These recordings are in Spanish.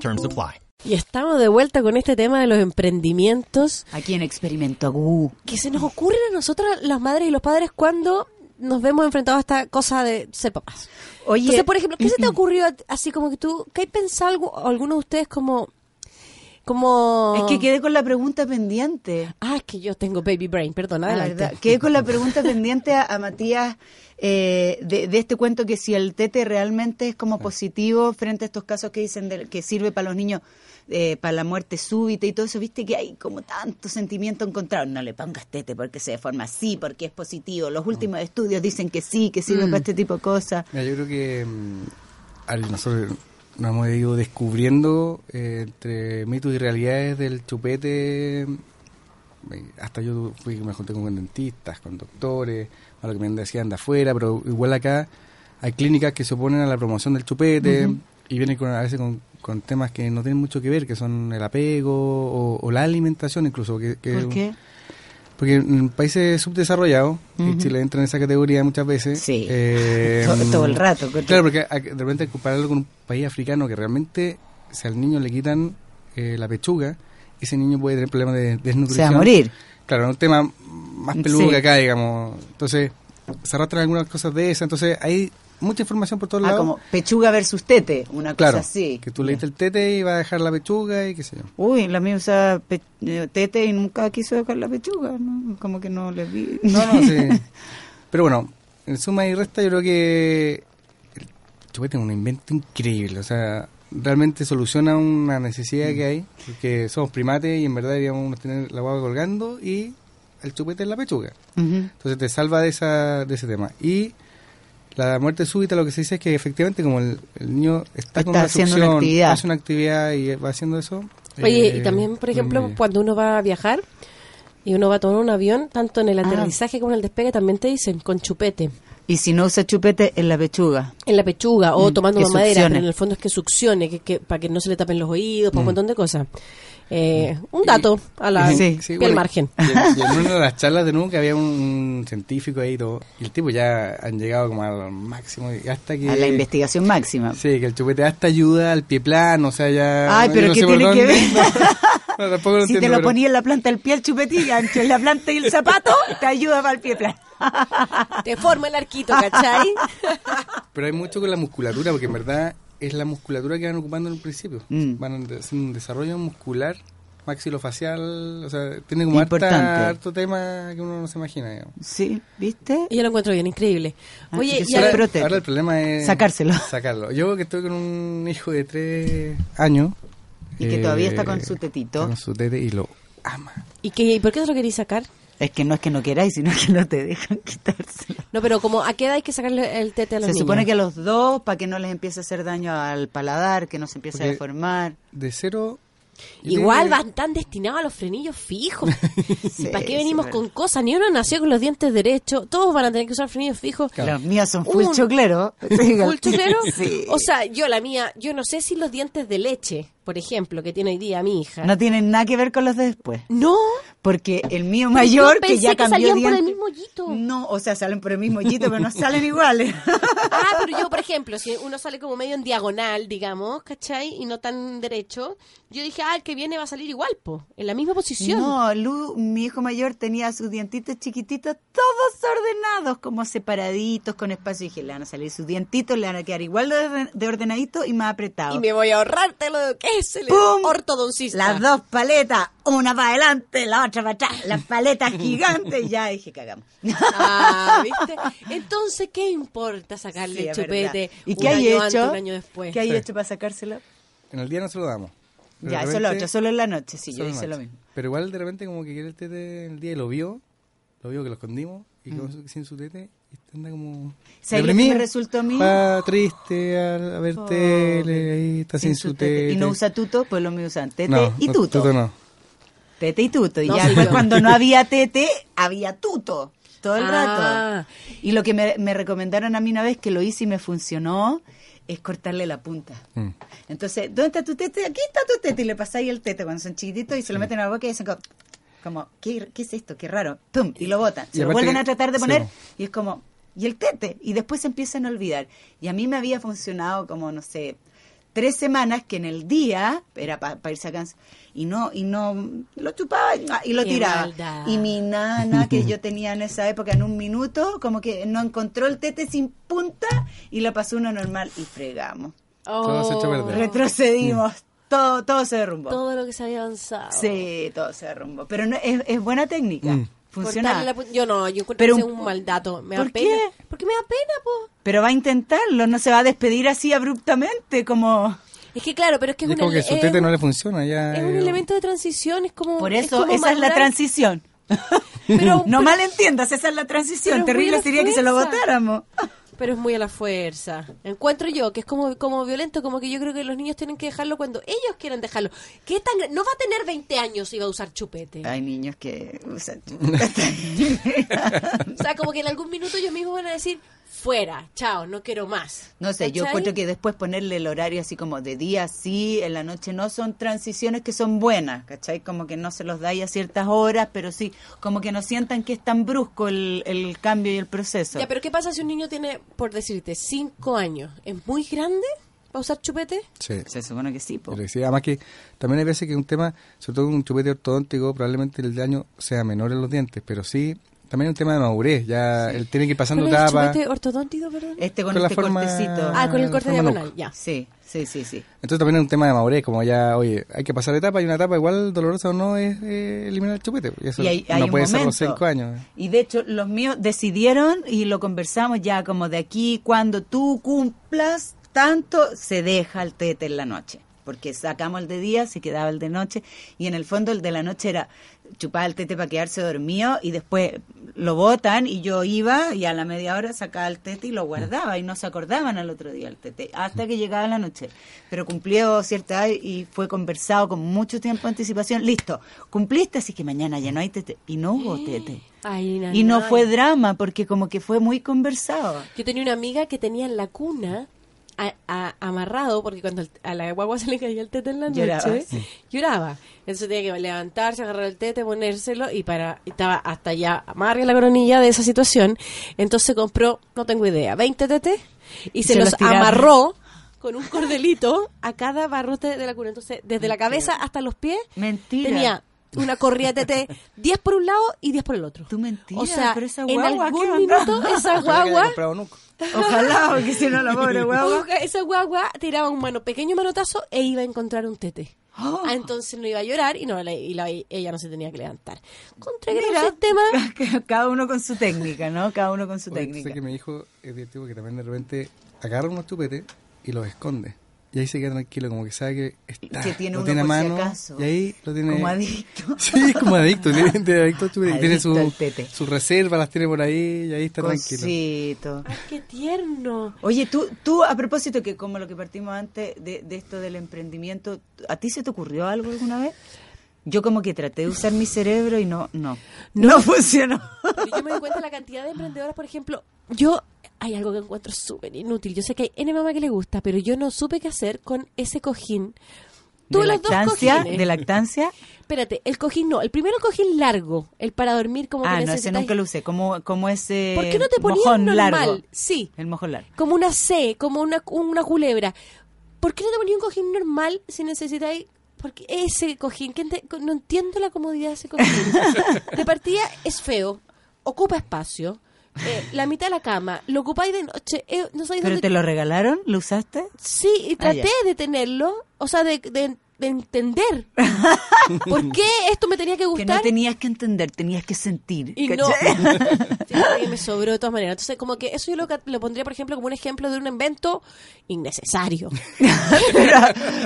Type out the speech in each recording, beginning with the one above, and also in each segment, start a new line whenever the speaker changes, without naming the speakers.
Terms apply.
Y estamos de vuelta con este tema de los emprendimientos
Aquí en Experimento Gu.
que se nos ocurren a nosotras las madres y los padres cuando nos vemos enfrentados a esta cosa de ser papás.
Oye, eh,
Entonces, por ejemplo, ¿qué se te ocurrió a- así como que tú, qué pensado algo, alguno de ustedes como, como...
es que quedé con la pregunta pendiente.
Ah, es que yo tengo baby brain, perdón,
La
adelante.
Ah, verdad, quedé con la pregunta pendiente a, a Matías eh, de, de este cuento que si el tete realmente es como positivo frente a estos casos que dicen del- que sirve para los niños eh, para la muerte súbita y todo eso, viste que hay como tanto sentimiento encontrado. No le pongas tete porque se deforma, sí, porque es positivo. Los últimos estudios dicen que sí, que sirve para este tipo de cosas.
Mira, yo creo que mm, al- nosotros nos hemos ido descubriendo eh, entre mitos y realidades del chupete. eh, Hasta yo fui, me junté con dentistas, con doctores, a lo que me decían de afuera, pero igual acá hay clínicas que se oponen a la promoción del chupete y vienen con, a veces con, con temas que no tienen mucho que ver, que son el apego o, o la alimentación incluso. Que, que-
¿Por qué?
Porque en países subdesarrollados, y Chile entra en esa categoría muchas veces.
Sí.
eh,
To- todo el rato.
Claro, porque a- de repente compararlo con un país africano que realmente, si al niño le quitan eh, la pechuga, ese niño puede tener problemas de
se va
desnutrición.
a morir.
Claro, un tema más peludo
Sí.
que acá, digamos. Entonces, se arrastran algunas cosas de esas. Entonces, hay mucha información por todos
Ah,
lados.
como pechuga versus tete, una
claro,
cosa así.
que tú le diste el tete y va a dejar la pechuga y qué sé yo.
Uy, la mía usa pe- eh, tete y nunca quiso dejar la pechuga, ¿no? como que no le vi.
No, no, sí. Pero bueno, en suma y resta, yo creo que el chupete es un invento increíble. O sea, realmente soluciona una necesidad que hay, porque somos primates y en verdad deberíamos tener la guava colgando y el chupete en la pechuga.
Ujú.
Entonces te salva de, esa, de ese tema. Y la muerte súbita lo que se dice es que efectivamente como el, el niño está, con
Está
una
haciendo una
succión,
actividad.
hace una actividad y va haciendo eso.
Oye,
eh,
y también, por ejemplo,
disminuye.
cuando uno va a viajar y uno va a tomar un avión, tanto en el
Ah.
aterrizaje como en el despegue, también te dicen con chupete
Y si no usa chupete, en la pechuga.
en la pechuga o
Mm,
tomando
que
una madera,
succione. Mm.
pero en el fondo es que succione, que, que- para que no se le tapen los oídos, para un montón de cosas. Eh, un dato a la
Sí,
Sí,
piel
bueno,
margen.
Y en, y en una de las charlas de nuevo que había un, un científico ahí y todo. Y el tipo ya han llegado como al máximo. y Hasta que.
A la investigación máxima.
Sí, que el chupete hasta ayuda al pie plano, o sea, ya.
Ay,
yo
pero
no
¿qué
sé por
tiene que
dónde.
ver?
No, tampoco lo
si te
entiendo,
lo
pero-
ponía en la planta del pie el chupetín, ancho en la planta y el zapato, te ayuda para el pie plano.
Te forma el arquito, ¿cachai?
Pero hay mucho con la musculatura, porque en verdad es la musculatura que van ocupando en el principio.
Mm.
Van de- haciendo un desarrollo muscular, maxilofacial, o sea, tiene como
Importante.
harta, harto tema que uno no se imagina, digamos.
Sí, ¿viste?
Y yo lo encuentro bien, increíble.
Ah,
Oye,
eso
y
era-
ahora-
Pero te-
Ahora el problema es...
Sacárselo.
Sacarlo. Yo que estoy con un hijo de tres años... eh,
Y que todavía está con su tetito.
Con su tete y lo ama.
¿y, qué- y por qué se lo queréis sacar?
Es que no es que no queráis, sino que no te dejan quitárselo.
No, pero como ¿a qué edad hay que sacarle el tete a los
Se supone que
niños?
a los dos, para que no les empiece a hacer daño al paladar, que no se empiece a
Porque-
deformar.
De cero...
Igual
va
van tan destinados a los frenillos fijos.
Sí,
¿Para
sí,
qué venimos
bueno.
con cosas? Ni uno nació con los dientes derechos. Todos van a tener que usar frenillos fijos.
Los míos son full
Un-
choclero.
¿Full choclero?
Sí.
O sea, yo la mía, yo no sé si los dientes de leche, por ejemplo, que tiene hoy día mi hija.
no tienen nada que ver con los de después.
No,
Porque el mío mayor, que
pensé
ya
que
cambió
salían por el
diente-
mismo hoyito.
No, o sea, salen por el mismo hoyito, pero no salen iguales.
Ah, pero yo, por ejemplo, si uno sale como medio en diagonal, digamos, ¿cachai? Y no tan derecho, yo dije, ah, el que viene va a salir igual, po, en la misma posición.
No, Lu, mi hijo mayor tenía sus dientitos chiquititos, todos ordenados, como separaditos, con espacio. Y dije, le van a salir sus dientitos, le van a quedar igual de orden- de ordenaditos y más apretados.
Y me voy a ahorrarte lo de que es el
¡Pum!
ortodoncista.
Las dos paletas, una para adelante, la otra para atrás, las paletas gigantes. Y ya dije, cagamos.
Ah, ¿viste? Entonces, ¿qué importa sacarle
Sí,
el
es
chupete
verdad. ¿Y
un
qué hay
año
hecho?
antes, un año después?
¿Qué hay
Sí.
hecho para sacárselo?
En el día no se lo damos. Pero
ya,
de
eso es lo
repente-
otro, solo en la noche, sí, yo
solo
hice
noche.
lo mismo.
Pero igual de repente como que quiere el tete en el día y lo vio, lo vio que lo escondimos, y quedó sin su tete, Y anda como.
Mm. ¿Sabes lo que me
deprimida.
resultó a mí?
Va triste a, a ver
Pobre.
tele, ahí está sin, su tele.
Y no usa tuto, pues lo mío usan tete
No,
y
no,
tuto.
tuto no.
Tete y tuto. Y
No,
ya
sí,
después
yo.
cuando no había tete, había tuto. Todo el
Ah.
rato. Y lo que me, me recomendaron a mí una vez que lo hice y me funcionó es cortarle la punta.
Mm.
Entonces, ¿dónde está tu tete? Aquí está tu tete. Y le pasáis el tete cuando son chiquititos y se lo meten a la boca y dicen como, como, ¿qué, qué es esto? Qué raro. ¡Pum! Y lo botan. Se
Y
lo
aparte
vuelven
que-
a tratar de
sí,
poner
po.
y es como, ¿y el tete? Y después se empiezan a olvidar. Y a mí me había funcionado como, no sé, tres semanas que en el día era para irse a cáncer y no, y no, lo chupaba y, ah, y lo
Qué
tiraba.
maldad.
Y mi nana, que yo tenía en esa época en un minuto, como que no encontró el tete sin punta y la pasó uno normal y fregamos.
Oh.
Todo se echa a perder.
Retrocedimos. Todo, todo se derrumbó.
Mm. Todo lo que se había avanzado.
Sí, todo se derrumbó. Pero no, es, es buena técnica. Funciona.
Mm. Cortarle la pu- yo no, yo encuentro
Pero
que
un-
es un mal dato. Me
¿Por
da pena.
qué?
Porque me da pena, po.
Pero va a intentarlo, no se va a despedir así abruptamente como...
Es que claro, pero es que
Y
es,
es
un
como
ele-
que su
es
tete
un-
no le funciona. ya
es un
eh,
elemento de transición, es como...
Por eso,
como
esa es la
madurar.
transición.
Pero-
no
pero-
malentiendas, esa es la
Pero
transición.
es muy
Terrible
la
sería que se lo
fuerza.
votáramos.
Pero es muy a la fuerza. Encuentro yo que es como, como violento, como que yo creo que los niños tienen que dejarlo cuando ellos quieran dejarlo. ¿Qué tan gran- No va a tener 20 años y va a usar chupete.
Hay niños que usan...
O sea, como que en algún minuto ellos mismos van a decir, fuera, chao, no quiero más.
No sé, yo
¿Cachai?
encuentro que después ponerle el horario así como de día sí, en la noche no, son transiciones que son buenas, ¿cachai? Como que no se los dais a ciertas horas, pero sí, como que no sientan que es tan brusco el, el cambio y el proceso.
Ya, pero ¿qué pasa si un niño tiene, por decirte, 5 años? ¿Es muy grande para usar chupete?
Sí.
Se supone que sí, po.
Pero sí, además que también hay veces que un tema, sobre todo un chupete ortodóntico, probablemente el daño sea menor en los dientes, pero sí, también hay un tema de madurez, ya él tiene que ir pasando
¿Cuál es el
etapas.
chupete ortodóntico, perdón?
Este con,
Con la
este
forma-
cortecito.
ah, con el
la
corte
forma
diagonal,
nuca.
ya.
Sí, sí, sí, sí.
Entonces también es un tema de madurez, como ya, oye, hay que pasar etapa y una etapa igual dolorosa o no es eh, eliminar el chupete. Y eso
Y hay,
no
hay un
puede ser a los
momento.
cinco años. ¿eh?
Y de hecho, los míos decidieron y lo conversamos ya como de aquí, cuando tú cumplas tanto, se deja el tete en la noche. Porque sacamos el de día, se quedaba el de noche. Y en el fondo el de la noche era chupar el tete para quedarse dormido y después lo botan y yo iba y a la media hora sacaba el tete y lo guardaba y no se acordaban al otro día el tete hasta que llegaba la noche. Pero cumplió cierta edad y fue conversado con mucho tiempo de anticipación. Listo, cumpliste, así que mañana ya no hay tete. Y no hubo tete.
Ay, na,
Y no
na.
fue drama, porque como que fue muy conversado.
Yo tenía una amiga que tenía en la cuna a- a- amarrado, porque cuando el- a la guagua se le caía el tete en la noche,
Lloraba,
lloraba.
sí.
Entonces tenía que levantarse, agarrar el tete, ponérselo, y para y estaba hasta ya amarga la coronilla de esa situación. Entonces compró, no tengo idea, 20 tetes, y se,
se los
los,
tiraba.
amarró con un cordelito a cada barrote de la cuna. Entonces, desde la cabeza hasta los pies,
Mentira.
tenía una corrida de tete 10 por un lado y 10 por el otro.
Tú mentira,
O sea,
pero esa
en
guagua, ¿qué
algún
onda?
minuto esa
Ojalá que haya
guagua
comprado nuco.
Ojalá, porque si no la pobre huevo.
Oca- Esa guagua tiraba un mano, pequeño manotazo e iba a encontrar un tete.
Oh.
Ah, entonces no iba a llorar y no la- y la- ella no se tenía que levantar. Contra que era
Mira.
un sistema.
Cada uno con su técnica, ¿no? Cada uno con su
Oye,
técnica.
sé que mi hijo es directivo que también de repente agarra unos chupetes y los esconde. Y ahí se queda tranquilo, como que sabe que está,
Que tiene
lo
uno
tiene a
por si
mano.
acaso.
y ahí lo tiene.
Como adicto.
Sí, como adicto, tiene, tiene adicto al chupete.
Adicto al
tiene
tete. Pues
su, su reserva, las tiene por ahí y ahí está tranquilo.
Cosito.
Ay, qué tierno.
Oye, tú, tú, a propósito, que como lo que partimos antes de, de esto del emprendimiento, ¿a ti se te ocurrió algo alguna vez? Yo como que traté de usar mi cerebro y no, no. No, funcionó.
Pero yo me doy cuenta de la cantidad de emprendedoras, por ejemplo, yo hay algo que encuentro súper inútil. Yo sé que hay N mamá que le gusta, pero yo no supe qué hacer con ese cojín. Tú
de
los dos
lactancia,
cojines.
de lactancia.
Espérate, el cojín no, el primero cojín largo, el para dormir como
Ah,
que
no, ese
necesitas-
nunca lo usé. Como, como ese
¿Por qué no te ponías
mojón
normal?
largo.
Sí.
El mojón largo.
como una C, como una, una culebra. ¿Por qué no te ponía un cojín normal si necesitáis? Porque ese cojín, que ente- no entiendo la comodidad de ese cojín. de partida es feo, ocupa espacio, eh, la mitad de la cama, lo ocupáis de noche, eh, no sabéis
¿Pero
dónde-
te lo regalaron? ¿Lo usaste?
Sí, y
Ah, ya.
traté de tenerlo, o sea, de, de de entender por qué esto me tenía que
Que
gustar.
no tenías que entender, tenías que sentir.
Y no.
¿cachai?
Fíjate que me sobró de todas maneras. Entonces, como que eso yo lo, ca- lo pondría, por ejemplo, como un ejemplo de un invento innecesario.
pero,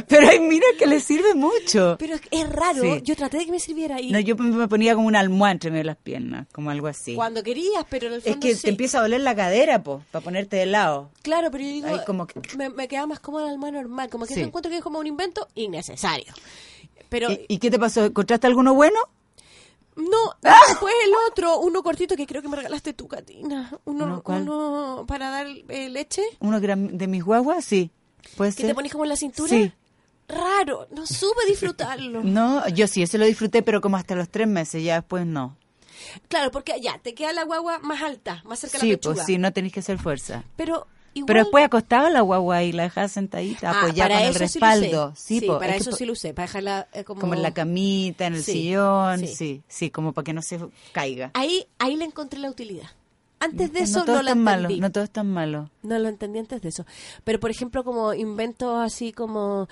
pero ay, mira que le sirve mucho.
Pero es, es raro.
Sí.
Yo traté de que me sirviera y
No, yo me ponía como un almohada entre medio de las piernas, como algo así.
cuando querías, pero en el
Es
fondo
que
sí.
te empieza a doler la cadera, po, para ponerte de lado.
Claro, pero yo digo,
Ahí como que-
me, me quedaba más cómoda el alma normal. Como que
Sí.
eso encuentro que es como un invento innecesario. Pero
¿Y, y qué te pasó? ¿Encontraste alguno bueno?
no, después el otro, uno cortito que creo que me regalaste tú, Katina. Uno,
¿Uno cuál?
uno para dar eh, leche,
¿Uno que era de mis guaguas? Sí. ¿Puede
que
ser?
te pones como en la cintura.
Sí.
Raro, no supe disfrutarlo.
No, yo sí, ese lo disfruté, pero como hasta los tres meses, ya después no.
Claro, porque ya, te queda la guagua más alta, más cerca de
Sí,
la pechuga.
pues sí, no tenés que hacer fuerza.
Pero igual...
Pero después acostaba la guagua y la dejaba sentadita,
Ah,
apoyada con el
eso sí lo
respaldo.
usé. Sí,
po,
para
es que
eso
po-
sí lo usé, para dejarla eh, como...
Como en la camita, en el
Sí,
sillón,
sí.
sí. sí, como para que no se caiga.
Ahí, ahí le encontré la utilidad. Antes de eso
no todo
no
es
la
tan malo,
entendí.
no todo es tan malo.
No lo entendí antes de eso. Pero, por ejemplo, como inventos así como...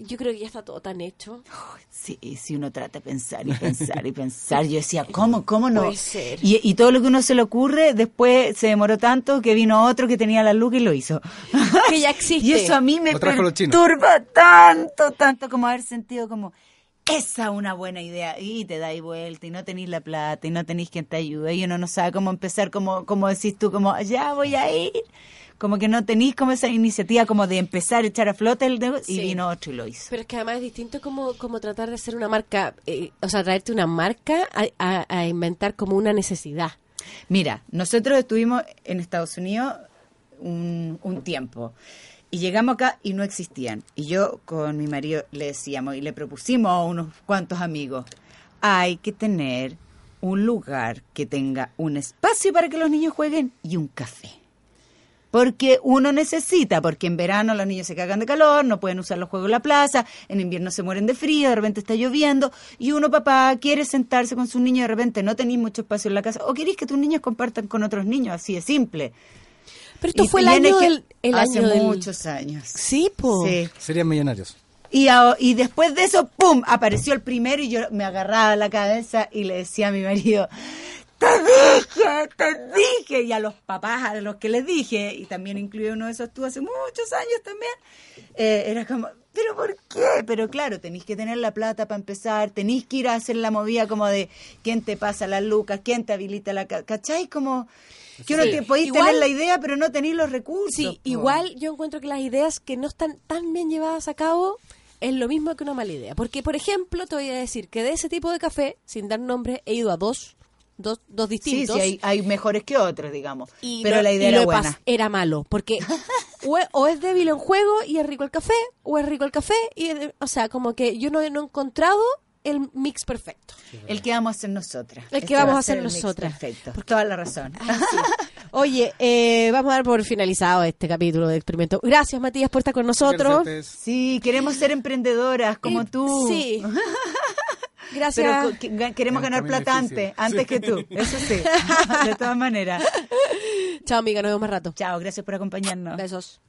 Yo creo que ya está todo tan hecho.
Sí, si uno trata de pensar y pensar y pensar, yo decía, ¿cómo, cómo no?
Puede ser.
Y, y todo lo que uno se le ocurre, después se demoró tanto que vino otro que tenía la luz y lo hizo.
Que ya existe.
Y eso a mí me
Lo trajo los chinos.
perturba tanto, tanto como haber sentido como, esa es una buena idea. Y te dais vuelta y no tenéis la plata y no tenéis quien te ayude y uno no sabe cómo empezar, como, como decís tú, como, ya voy a ir. Como que no tenéis como esa iniciativa como de empezar a echar a flote el dedo y
Sí.
vino otro y lo hizo.
Pero es que además es distinto como, como tratar de hacer una marca, eh, o sea, traerte una marca a, a- a inventar como una necesidad.
Mira, nosotros estuvimos en Estados Unidos un, un tiempo y llegamos acá y no existían. Y yo con mi marido le decíamos y le propusimos a unos cuantos amigos, hay que tener un lugar que tenga un espacio para que los niños jueguen y un café. Porque uno necesita, porque en verano los niños se cagan de calor, no pueden usar los juegos en la plaza, en invierno se mueren de frío, de repente está lloviendo, y uno, papá, quiere sentarse con su niño, de repente no tenéis mucho espacio en la casa, o queréis que tus niños compartan con otros niños, así de simple.
Pero esto
Y
fue
si
el
bien
año
es que
del... El
hace
año del-
muchos años.
Sí, po.
Sí.
Serían millonarios.
Y, a- y después de eso, ¡pum! Apareció el primero y yo me agarraba la cabeza y le decía a mi marido, te dije, te dije, y a los papás a los que les dije, y también incluye uno de esos tú hace muchos años también, eh, era como, pero ¿por qué? Pero claro, tenéis que tener la plata para empezar, tenéis que ir a hacer la movida como de quién te pasa las lucas, quién te habilita la... ca- ¿Cachai? Como que uno
Sí.
te podéis
Igual-
tener la idea, pero no tenéis los recursos.
Sí,
po.
igual yo encuentro que las ideas que no están tan bien llevadas a cabo es lo mismo que una mala idea. Porque, por ejemplo, te voy a decir que de ese tipo de café, sin dar nombres, he ido a dos, dos, dos
Sí,
distintos.
sí, hay, hay mejores que otros, digamos.
y
pero
lo-
la idea
y
era
lo
buena.
pas- era malo, porque o e- o es débil en juego y es rico el café, o es rico el café y, es- o sea, como que yo no, he- no he encontrado el mix perfecto.
El que vamos a hacer nosotras.
El que
Este
vamos
va
a hacer
ser el mix
nosotras. Ah.
Perfecto. Por toda la razón. Ah,
Oye, eh, vamos a dar por finalizado este capítulo de experimento. Gracias, Matías, por estar con nosotros.
Gracias
Sí, queremos ser emprendedoras como
Eh,
tú.
Sí. Gracias.
Pero co- que- ga- queremos
Es un
ganar
camino
plata
difícil.
antes, antes que tú. Eso sí. De todas maneras.
Chao, amiga, nos vemos más rato. Ah.
Chao, gracias por acompañarnos.
Besos.